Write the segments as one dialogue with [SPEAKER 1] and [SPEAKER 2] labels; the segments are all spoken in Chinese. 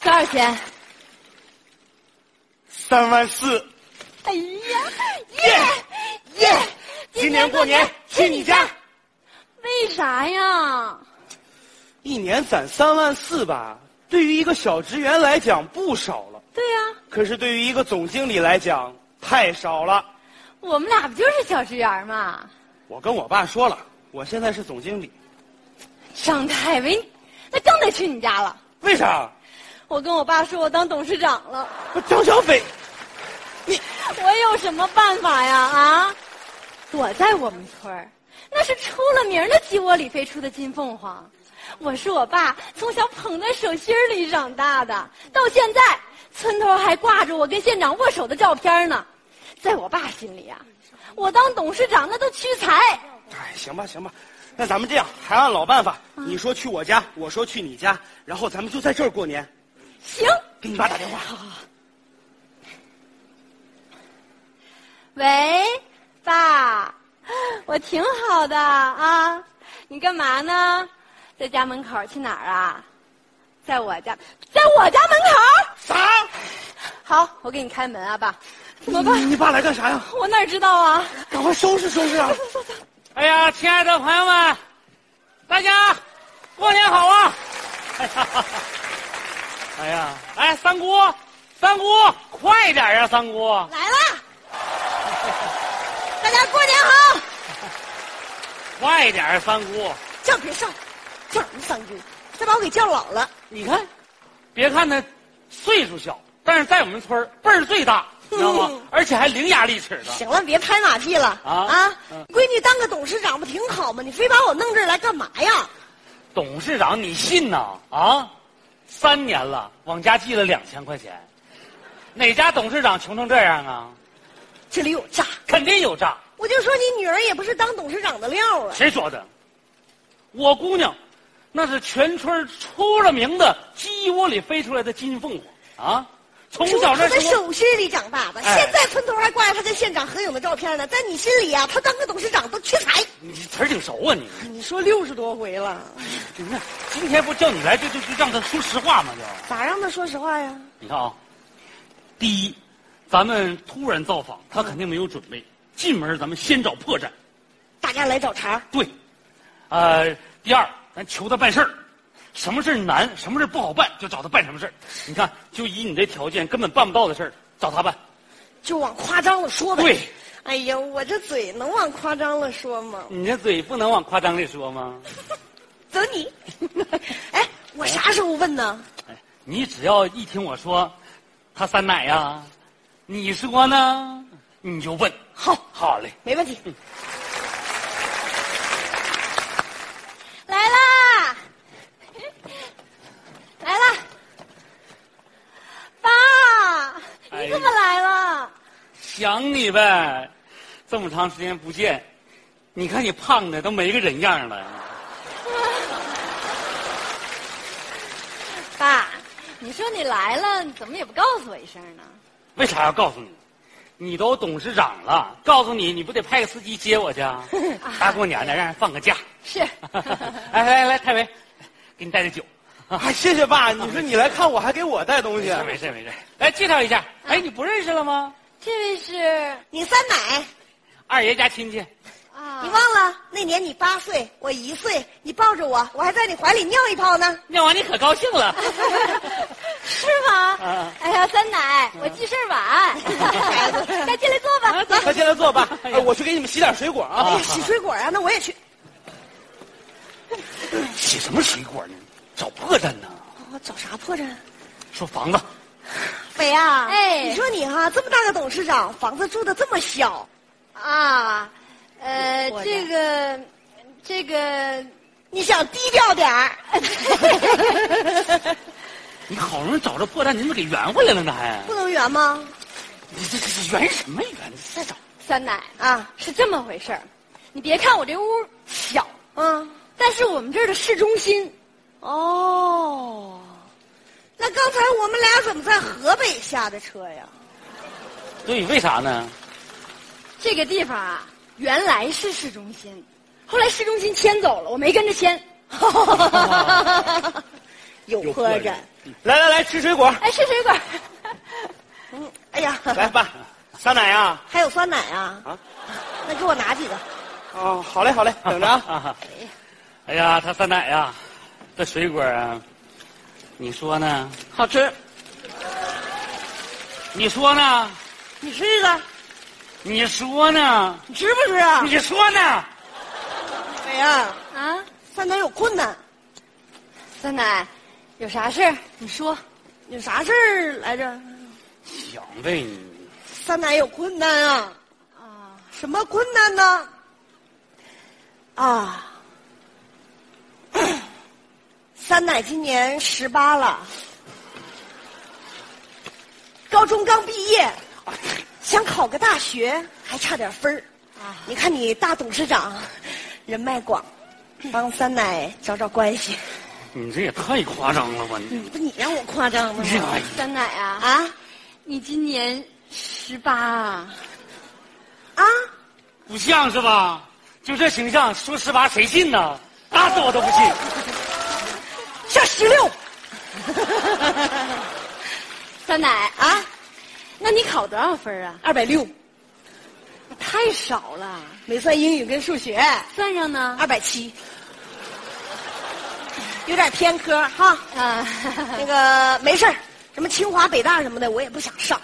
[SPEAKER 1] 少钱？
[SPEAKER 2] 三万四。
[SPEAKER 1] 哎呀，
[SPEAKER 2] 耶耶！今年过年去你家。
[SPEAKER 1] 为啥呀？
[SPEAKER 2] 一年攒三万四吧，对于一个小职员来讲不少了，
[SPEAKER 1] 对呀、
[SPEAKER 2] 可是对于一个总经理来讲太少了。
[SPEAKER 1] 我们俩不就是小职员嘛？
[SPEAKER 2] 我跟我爸说了，我现在是总经理，
[SPEAKER 1] 张太为你，那更得去你家了。
[SPEAKER 2] 为啥？
[SPEAKER 1] 我跟我爸说，我当董事长了，
[SPEAKER 2] 我张小斐，
[SPEAKER 1] 我有什么办法呀？啊，我在我们村儿，那是出了名的鸡窝里飞出的金凤凰。我是我爸从小捧在手心儿里长大的，到现在村头还挂着我跟县长握手的照片呢。在我爸心里啊，我当董事长那都屈才。
[SPEAKER 2] 哎，行吧行吧，那咱们这样，还按老办法，你说去我家，我说去你家，然后咱们就在这儿过年。
[SPEAKER 1] 行，
[SPEAKER 2] 给你妈打电话，
[SPEAKER 1] 喂，爸，我挺好的啊，你干嘛呢？在家门口去哪儿啊？在我家，在我家门口。
[SPEAKER 2] 啥？
[SPEAKER 1] 好，我给你开门啊，爸。怎么办？
[SPEAKER 2] 你爸来干啥呀？
[SPEAKER 1] 我哪知道啊？
[SPEAKER 2] 赶快收拾收拾啊！
[SPEAKER 3] 哎呀，亲爱的朋友们，大家过年好啊！哎呀，哎呀， 哎，三姑，三姑，快点呀、三姑！
[SPEAKER 1] 来啦！大家过年好！
[SPEAKER 3] 快点儿，三姑！
[SPEAKER 4] 叫别上，叫什么三姑？再把我给叫老了。
[SPEAKER 3] 你看，别看他岁数小，但是在我们村儿辈儿最大，你知道 吗？
[SPEAKER 4] 嗯
[SPEAKER 3] 而且还伶牙俐齿的。
[SPEAKER 4] 行了，别拍马屁了
[SPEAKER 3] 啊嗯
[SPEAKER 4] 闺女当个董事长不挺好吗？你非把我弄这儿来干嘛呀？
[SPEAKER 3] 董事长，你信呐？啊，三年了，往家寄了两千块钱，哪家董事长穷成这样啊？
[SPEAKER 4] 这里有诈！
[SPEAKER 3] 肯定有诈。
[SPEAKER 4] 我就说你女儿也不是当董事长的料啊。
[SPEAKER 3] 谁说的？我姑娘，那是全村出了名的鸡窝里飞出来的金凤凰啊！从小那
[SPEAKER 4] 她在
[SPEAKER 3] 时候，
[SPEAKER 4] 手心里长大的，
[SPEAKER 3] 哎
[SPEAKER 4] 现在村头还挂着她跟县长合影的照片呢。在你心里啊，她当个董事长都缺财。
[SPEAKER 3] 你词儿挺熟啊你。
[SPEAKER 4] 你说六十多回了，
[SPEAKER 3] 你看，今天不叫你来，就就就让他说实话嘛，就。
[SPEAKER 4] 咋让她说实话呀？
[SPEAKER 3] 你看啊，第一，咱们突然造访，他肯定没有准备，进门咱们先找破绽。
[SPEAKER 4] 大家来找茬，
[SPEAKER 3] 对，呃，第二，咱求他办事儿，什么事儿难，什么事儿不好办，就找他办什么事儿。你看，就以你这条件，根本办不到的事儿，找他办。
[SPEAKER 4] 就往夸张了说呗。
[SPEAKER 3] 对，
[SPEAKER 4] 哎呀，我这嘴能往夸张了说吗？
[SPEAKER 3] 你这嘴不能往夸张里说 吗？
[SPEAKER 4] 走你！ 哎，我啥时候问呢？
[SPEAKER 3] 哎，你只要一听我说，他三奶呀、你说呢？你就问。好，好嘞。
[SPEAKER 4] 没问题。
[SPEAKER 1] 来啦！ 来啦！爸，你怎么来了？
[SPEAKER 3] 想你呗，这么长时间不见，你看你胖的都没个人样了。
[SPEAKER 1] 爸，你说你来了，你怎么也不告诉我一声呢？
[SPEAKER 3] 为啥要告诉你？你都董事长了，告诉你，你不得派个司机接我去 啊？大过年的，让人放个假。哎
[SPEAKER 1] 是
[SPEAKER 3] 来来来，太维，给你带点酒。
[SPEAKER 2] 哎，谢谢爸，你说你来看我还给我带东
[SPEAKER 3] 没
[SPEAKER 2] 西，
[SPEAKER 3] 事没事没事，来介绍一下。哎，你不认识了吗？
[SPEAKER 1] 这位是
[SPEAKER 4] 你三奶，
[SPEAKER 3] 二爷家亲戚。
[SPEAKER 1] 啊，
[SPEAKER 4] 你忘了那年你八岁，我一岁，你抱着我，我还在你怀里尿一泡呢。
[SPEAKER 3] 尿完你可高兴了。
[SPEAKER 1] 是吗？
[SPEAKER 3] 啊
[SPEAKER 1] 哎呀，三奶，我记事儿 晚，该进来坐吧。走
[SPEAKER 2] 快进来坐吧。哎
[SPEAKER 3] 哎呀，
[SPEAKER 2] 我去给你们洗点水果啊。
[SPEAKER 4] 哎呀，洗水果啊，那我也去。
[SPEAKER 3] 洗什么水果呢？找破绽呢？
[SPEAKER 4] 我哦找啥破绽？
[SPEAKER 3] 说房子，
[SPEAKER 4] 肥啊，
[SPEAKER 1] 哎
[SPEAKER 4] 你说你哈、这么大个董事长，房子住的这么小，
[SPEAKER 1] 啊，呃，
[SPEAKER 4] 我的
[SPEAKER 1] 这个，这个，
[SPEAKER 4] 你想低调点儿，
[SPEAKER 3] 你好容易找着破绽，你怎么给圆回来了呢？还
[SPEAKER 4] 不能圆吗？
[SPEAKER 3] 你这这这圆什么圆？你再找。
[SPEAKER 1] 三奶
[SPEAKER 4] 啊，
[SPEAKER 1] 是这么回事儿。你别看我这屋小，
[SPEAKER 4] 嗯，
[SPEAKER 1] 但是我们这儿的市中心，
[SPEAKER 4] 哦，那刚才我们俩怎么在河北下的车呀？
[SPEAKER 3] 对，为啥呢？
[SPEAKER 1] 这个地方啊，原来是市中心，后来市中心迁走了，我没跟着迁。
[SPEAKER 4] 有
[SPEAKER 2] 有
[SPEAKER 4] 喝
[SPEAKER 2] 客
[SPEAKER 4] 着
[SPEAKER 2] 人。。来来来，吃水果。
[SPEAKER 1] 哎，吃水果。
[SPEAKER 4] 嗯，哎呀，
[SPEAKER 2] 来，爸，酸奶啊！
[SPEAKER 4] 还有酸奶啊？
[SPEAKER 2] 啊，
[SPEAKER 4] 那给我拿几个。
[SPEAKER 2] 哦，好嘞，好嘞，等着啊。
[SPEAKER 3] 啊！哎呀，他酸奶呀，这水果啊，你说呢？
[SPEAKER 4] 好吃。
[SPEAKER 3] 你说呢？
[SPEAKER 4] 你吃一个，
[SPEAKER 3] 你说呢？
[SPEAKER 4] 你吃不吃啊？
[SPEAKER 3] 你说呢？
[SPEAKER 4] 美呀，
[SPEAKER 1] 啊，
[SPEAKER 4] 酸奶有困难，
[SPEAKER 1] 酸奶，有啥事儿你说。
[SPEAKER 4] 有啥事儿来着？
[SPEAKER 3] 想呗你！
[SPEAKER 4] 酸奶有困难啊？
[SPEAKER 1] 啊，
[SPEAKER 4] 什么困难呢？啊，酸奶今年十八了，高中刚毕业，想考个大学，还差点分儿。你看你大董事长，人脉广，帮酸奶找找关系。
[SPEAKER 3] 你这也太夸张了吧你！
[SPEAKER 4] 不，你让我夸张吗？
[SPEAKER 3] 这玩意
[SPEAKER 1] 酸奶啊，
[SPEAKER 4] 啊
[SPEAKER 1] 你今年十八啊？
[SPEAKER 4] 啊！
[SPEAKER 3] 不像是吧？就这形象，说实话谁信呢？打死我都不信。
[SPEAKER 2] 哦
[SPEAKER 4] 像十六
[SPEAKER 1] 酸奶，
[SPEAKER 4] 啊，
[SPEAKER 1] 那你考多少分啊？
[SPEAKER 4] 二百六，
[SPEAKER 1] 太少了，
[SPEAKER 4] 没算英语跟数学，
[SPEAKER 1] 算上呢？
[SPEAKER 4] 二百七，有点偏科哈。
[SPEAKER 1] 啊，
[SPEAKER 4] 那个没事儿，什么清华、北大什么的，我也不想上。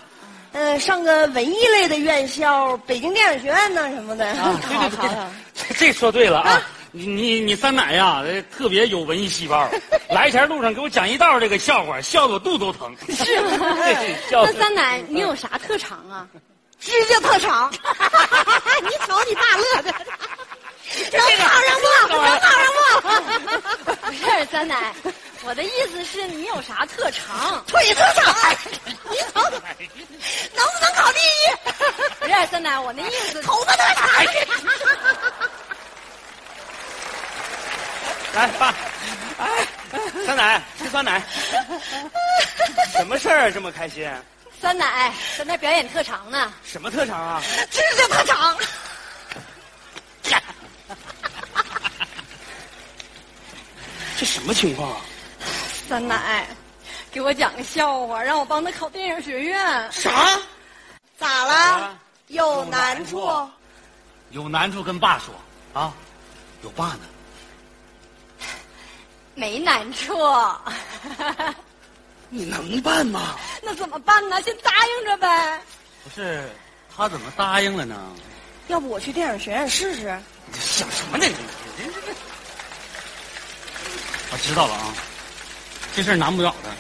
[SPEAKER 4] 嗯、上个文艺类的院校，北京电影学院呐什么的。
[SPEAKER 3] 啊，对对对，这这说对了啊！
[SPEAKER 4] 啊
[SPEAKER 3] 你你你酸奶呀、呃特别有文艺细 胞。来前路上给我讲一道这个笑话，笑得我肚 都疼。
[SPEAKER 1] 是吗？
[SPEAKER 3] 对笑
[SPEAKER 1] 那
[SPEAKER 3] 死
[SPEAKER 1] 酸奶，你有啥特长啊？
[SPEAKER 4] 指甲特 长， 你瞅你爸乐的，能考上不？能考上 不？
[SPEAKER 1] 不是酸奶，我的意思是你有啥特长？
[SPEAKER 4] 腿特长，
[SPEAKER 1] 哎
[SPEAKER 4] 你瞅瞅，能不能考第一？
[SPEAKER 1] 不是酸奶，我那意思
[SPEAKER 4] 头发特长，
[SPEAKER 2] 来，爸，哎，酸奶，吃酸奶。什么事儿啊这么开心？
[SPEAKER 1] 酸奶在那表演特长呢。
[SPEAKER 2] 什么特长啊？
[SPEAKER 4] 指甲特长。
[SPEAKER 2] 这什么情况啊？
[SPEAKER 1] 酸奶，给我讲个笑话，让我帮他考电影学院。
[SPEAKER 4] 啥？咋了
[SPEAKER 3] 啊？
[SPEAKER 4] 有难
[SPEAKER 3] 有
[SPEAKER 4] 处？
[SPEAKER 3] 难
[SPEAKER 2] 啊
[SPEAKER 3] 有难处跟爸说啊，有爸呢。
[SPEAKER 1] 没难处，
[SPEAKER 2] 你能办吗？
[SPEAKER 1] 那怎么办呢？先答应着呗。
[SPEAKER 3] 不是，他怎么答应了呢？
[SPEAKER 4] 要不我去电影学院试试？
[SPEAKER 3] 你想什么呢？你你这这这，我知道了啊，这事儿难不了他。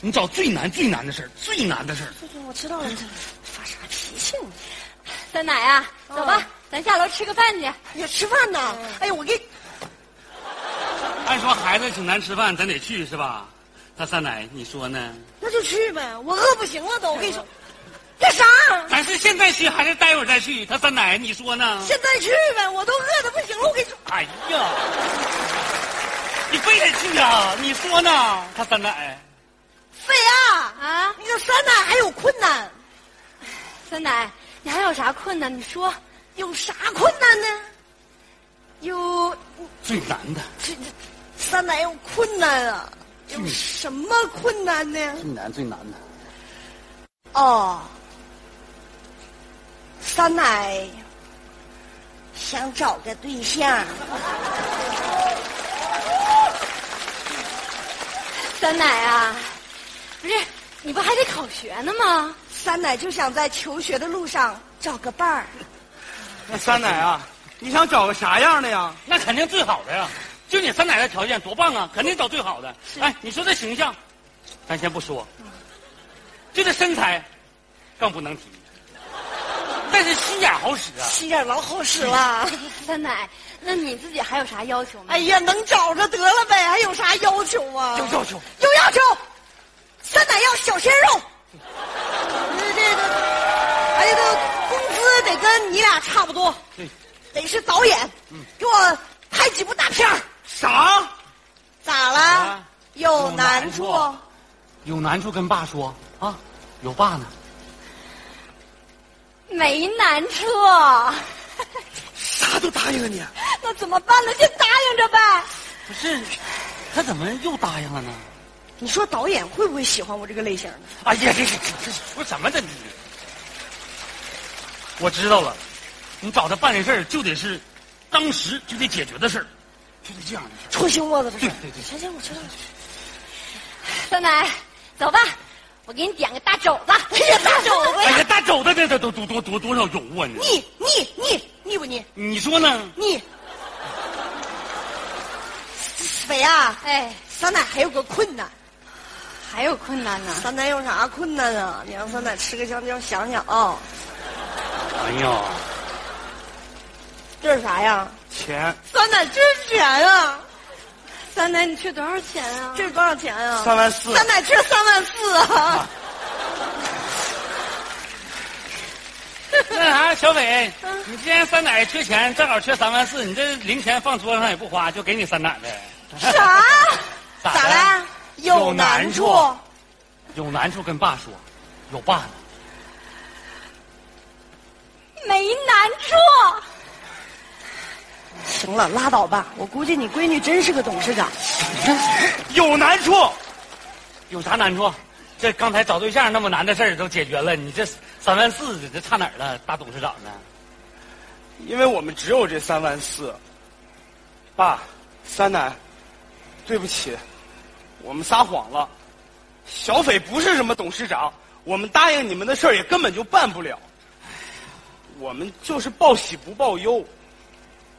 [SPEAKER 3] 你找最难最难的事儿，最难的事儿。
[SPEAKER 4] 对对，我知道了。哎发啥脾气呢？
[SPEAKER 1] 酸奶啊，走吧，
[SPEAKER 4] 嗯
[SPEAKER 1] 咱下楼吃个饭去。
[SPEAKER 4] 你吃饭呢？哎呀，我给
[SPEAKER 3] 按说孩子请咱吃饭，咱得去是吧？他三奶，你说呢？
[SPEAKER 4] 那就去呗，我饿不行了都。我跟你说，干啥？
[SPEAKER 3] 咱是现在去还是待会儿再去？他三奶，你说呢？
[SPEAKER 4] 现在去呗，我都饿的不行了。我跟你说，
[SPEAKER 3] 哎呀，你非得去啊？你说呢？他三奶，
[SPEAKER 4] 肥啊，
[SPEAKER 1] 啊，
[SPEAKER 4] 那个酸奶还有困难，
[SPEAKER 1] 酸奶，你还有啥困难？你说，
[SPEAKER 4] 有啥困难呢？
[SPEAKER 1] 有
[SPEAKER 3] 最难的，
[SPEAKER 4] 这这，酸奶有困难啊？有什么困难呢？
[SPEAKER 3] 最难最难的，
[SPEAKER 4] 哦，酸奶想找个对象。
[SPEAKER 1] 酸奶啊，不是，你不还得考学呢吗？
[SPEAKER 4] 三奶就想在求学的路上找个伴儿，
[SPEAKER 2] 那酸奶啊，你想找个啥样的呀？
[SPEAKER 3] 那肯定最好的呀。就你三奶的条件多棒啊，肯定找最好的。哎，你说这形象，咱先不说，
[SPEAKER 2] 嗯
[SPEAKER 3] 就这身材，更不能提。但是心眼好使啊。
[SPEAKER 4] 心眼老好使
[SPEAKER 1] 啊
[SPEAKER 4] 了。
[SPEAKER 1] 酸奶，那你自己还有啥要求吗？
[SPEAKER 4] 哎呀，能找着得了呗，还有啥要求啊？
[SPEAKER 3] 有要求
[SPEAKER 4] 有要求，三奶要小鲜肉。这这个，哎呀，这工资得跟你俩差不多，
[SPEAKER 3] 对，
[SPEAKER 4] 得是导演，
[SPEAKER 3] 嗯
[SPEAKER 4] 给我拍几部大片儿。
[SPEAKER 2] 啥？
[SPEAKER 4] 咋了？
[SPEAKER 3] 啊
[SPEAKER 4] 有难处？
[SPEAKER 3] 有难有难处跟爸说啊，有爸呢。
[SPEAKER 1] 没难处，啊
[SPEAKER 2] 啥都答应了你？啊
[SPEAKER 1] 那怎么办呢？先答应着呗。
[SPEAKER 3] 不是，他怎么又答应了呢？
[SPEAKER 4] 你说导演会不会喜欢我这个类型呢？
[SPEAKER 3] 哎呀，这这这说什么呢你？我知道了，你找他办这事儿就得是当时就得解决的事儿，
[SPEAKER 2] 就得这样的事儿。
[SPEAKER 4] 戳心窝子的事儿。
[SPEAKER 3] 对对对
[SPEAKER 4] 行行，我知道了。
[SPEAKER 1] 酸奶，走吧，我给你点个大肘子。哎呀，大肘
[SPEAKER 3] 哎呀，大肘子这这多多多多多少油啊你？
[SPEAKER 4] 腻腻腻腻不腻？
[SPEAKER 3] 你说呢？
[SPEAKER 4] 腻。 北啊，
[SPEAKER 1] 哎，
[SPEAKER 4] 酸奶还有个困难，
[SPEAKER 1] 还有困难呢。
[SPEAKER 4] 酸奶有啥困难啊？你让酸奶吃个香蕉，想想啊、
[SPEAKER 3] 哎呀，
[SPEAKER 4] 这是啥呀？
[SPEAKER 2] 钱
[SPEAKER 4] 酸奶这是钱啊！
[SPEAKER 1] 酸奶，你缺多少钱啊？
[SPEAKER 4] 这是多少钱啊？
[SPEAKER 2] 三万四，
[SPEAKER 4] 酸奶这三万四啊！
[SPEAKER 3] 那啥，小伟，你既然酸奶缺钱，正好缺三万四，你这零钱放桌上也不花，就给你酸奶呗。
[SPEAKER 4] 啥？
[SPEAKER 3] 咋
[SPEAKER 4] 咋
[SPEAKER 3] 了
[SPEAKER 4] 了？有难
[SPEAKER 3] 有难有难处跟爸说，有爸呢。
[SPEAKER 1] 没难处。
[SPEAKER 4] 行了，拉倒吧。我估计你闺女真是个董事长。
[SPEAKER 2] 有难处。
[SPEAKER 3] 有啥难处？这刚才找对象那么难的事儿都解决了，你这三万四，这差哪儿了？大董事长呢？
[SPEAKER 2] 因为我们只有这三万四。爸，三奶，对不起，我们撒谎了。小斐不是什么董事长，我们答应你们的事儿也根本就办不了。我们就是报喜不报忧。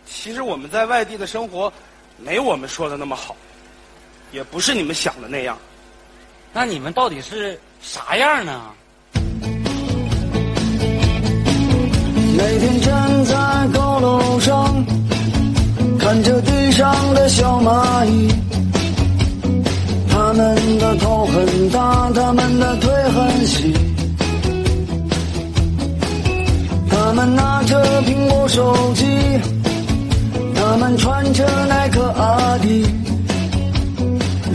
[SPEAKER 2] 其实我们在外地的生活，没我们说的那么好，也不是你们想的那样。
[SPEAKER 3] 那你们到底是啥样呢？
[SPEAKER 5] 每天站在高楼上，看着地上的小蚂蚁，它们的头很大，它们的腿很细，它们拿着苹果手机，它们穿着耐克阿迪，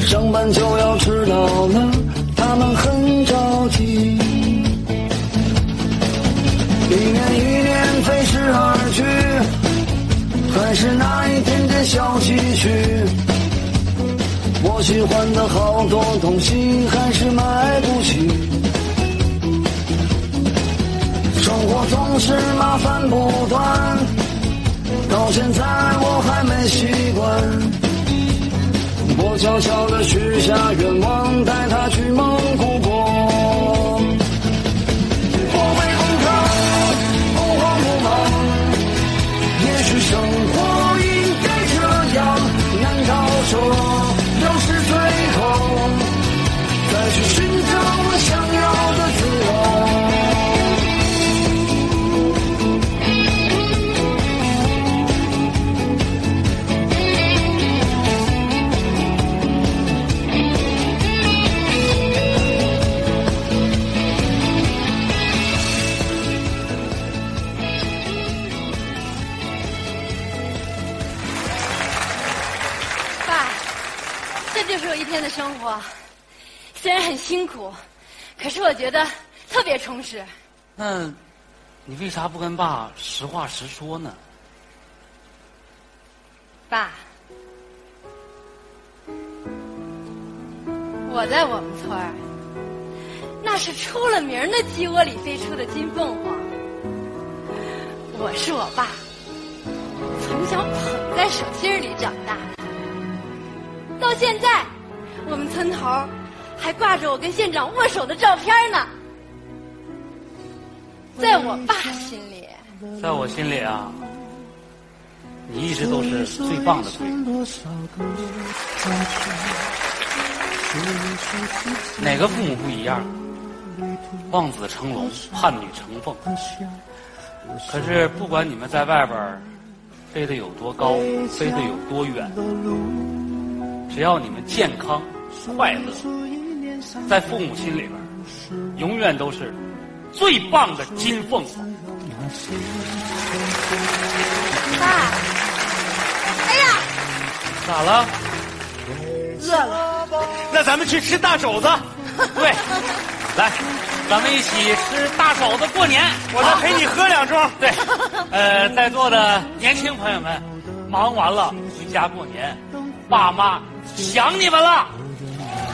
[SPEAKER 5] 上班就要迟到了，它们很着急。一年一年飞逝而去，还是那一点点小积蓄。我喜欢的好多东西还是买不起，生活总是麻烦不断，到现在我还没习惯。我悄悄地许下愿望，带她去蒙古国。我会工作，不慌不忙。也许生活应该这样，难道说六十岁后再去寻找我想要的自由？
[SPEAKER 1] 爸，这就是我一天的生活，虽然很辛苦，可是我觉得特别充实。
[SPEAKER 3] 那，你为啥不跟爸实话实说呢？
[SPEAKER 1] 爸，我在我们村儿，那是出了名儿的鸡窝里飞出的金凤凰。我是我爸，从小捧在手心里长大的，到现在，我们村头儿还挂着我跟县长握手的照片呢。在我爸心里，
[SPEAKER 3] 在我心里啊，你一直都是最棒的队友。哪个父母不一样？望子成龙，盼女成凤。可是不管你们在外边儿飞得有多高，飞得有多远，只要你们健康快乐，在父母心里边儿，永远都是最棒的金凤凰。
[SPEAKER 1] 爸，哎呀！
[SPEAKER 3] 咋了？
[SPEAKER 4] 饿了，
[SPEAKER 2] 那咱们去吃大肘子，
[SPEAKER 3] 对，来，咱们一起吃大肘子过年。
[SPEAKER 2] 我再陪你喝两盅。
[SPEAKER 3] 对，呃，在座的年轻朋友们，忙完了回家过年，爸妈想你们了。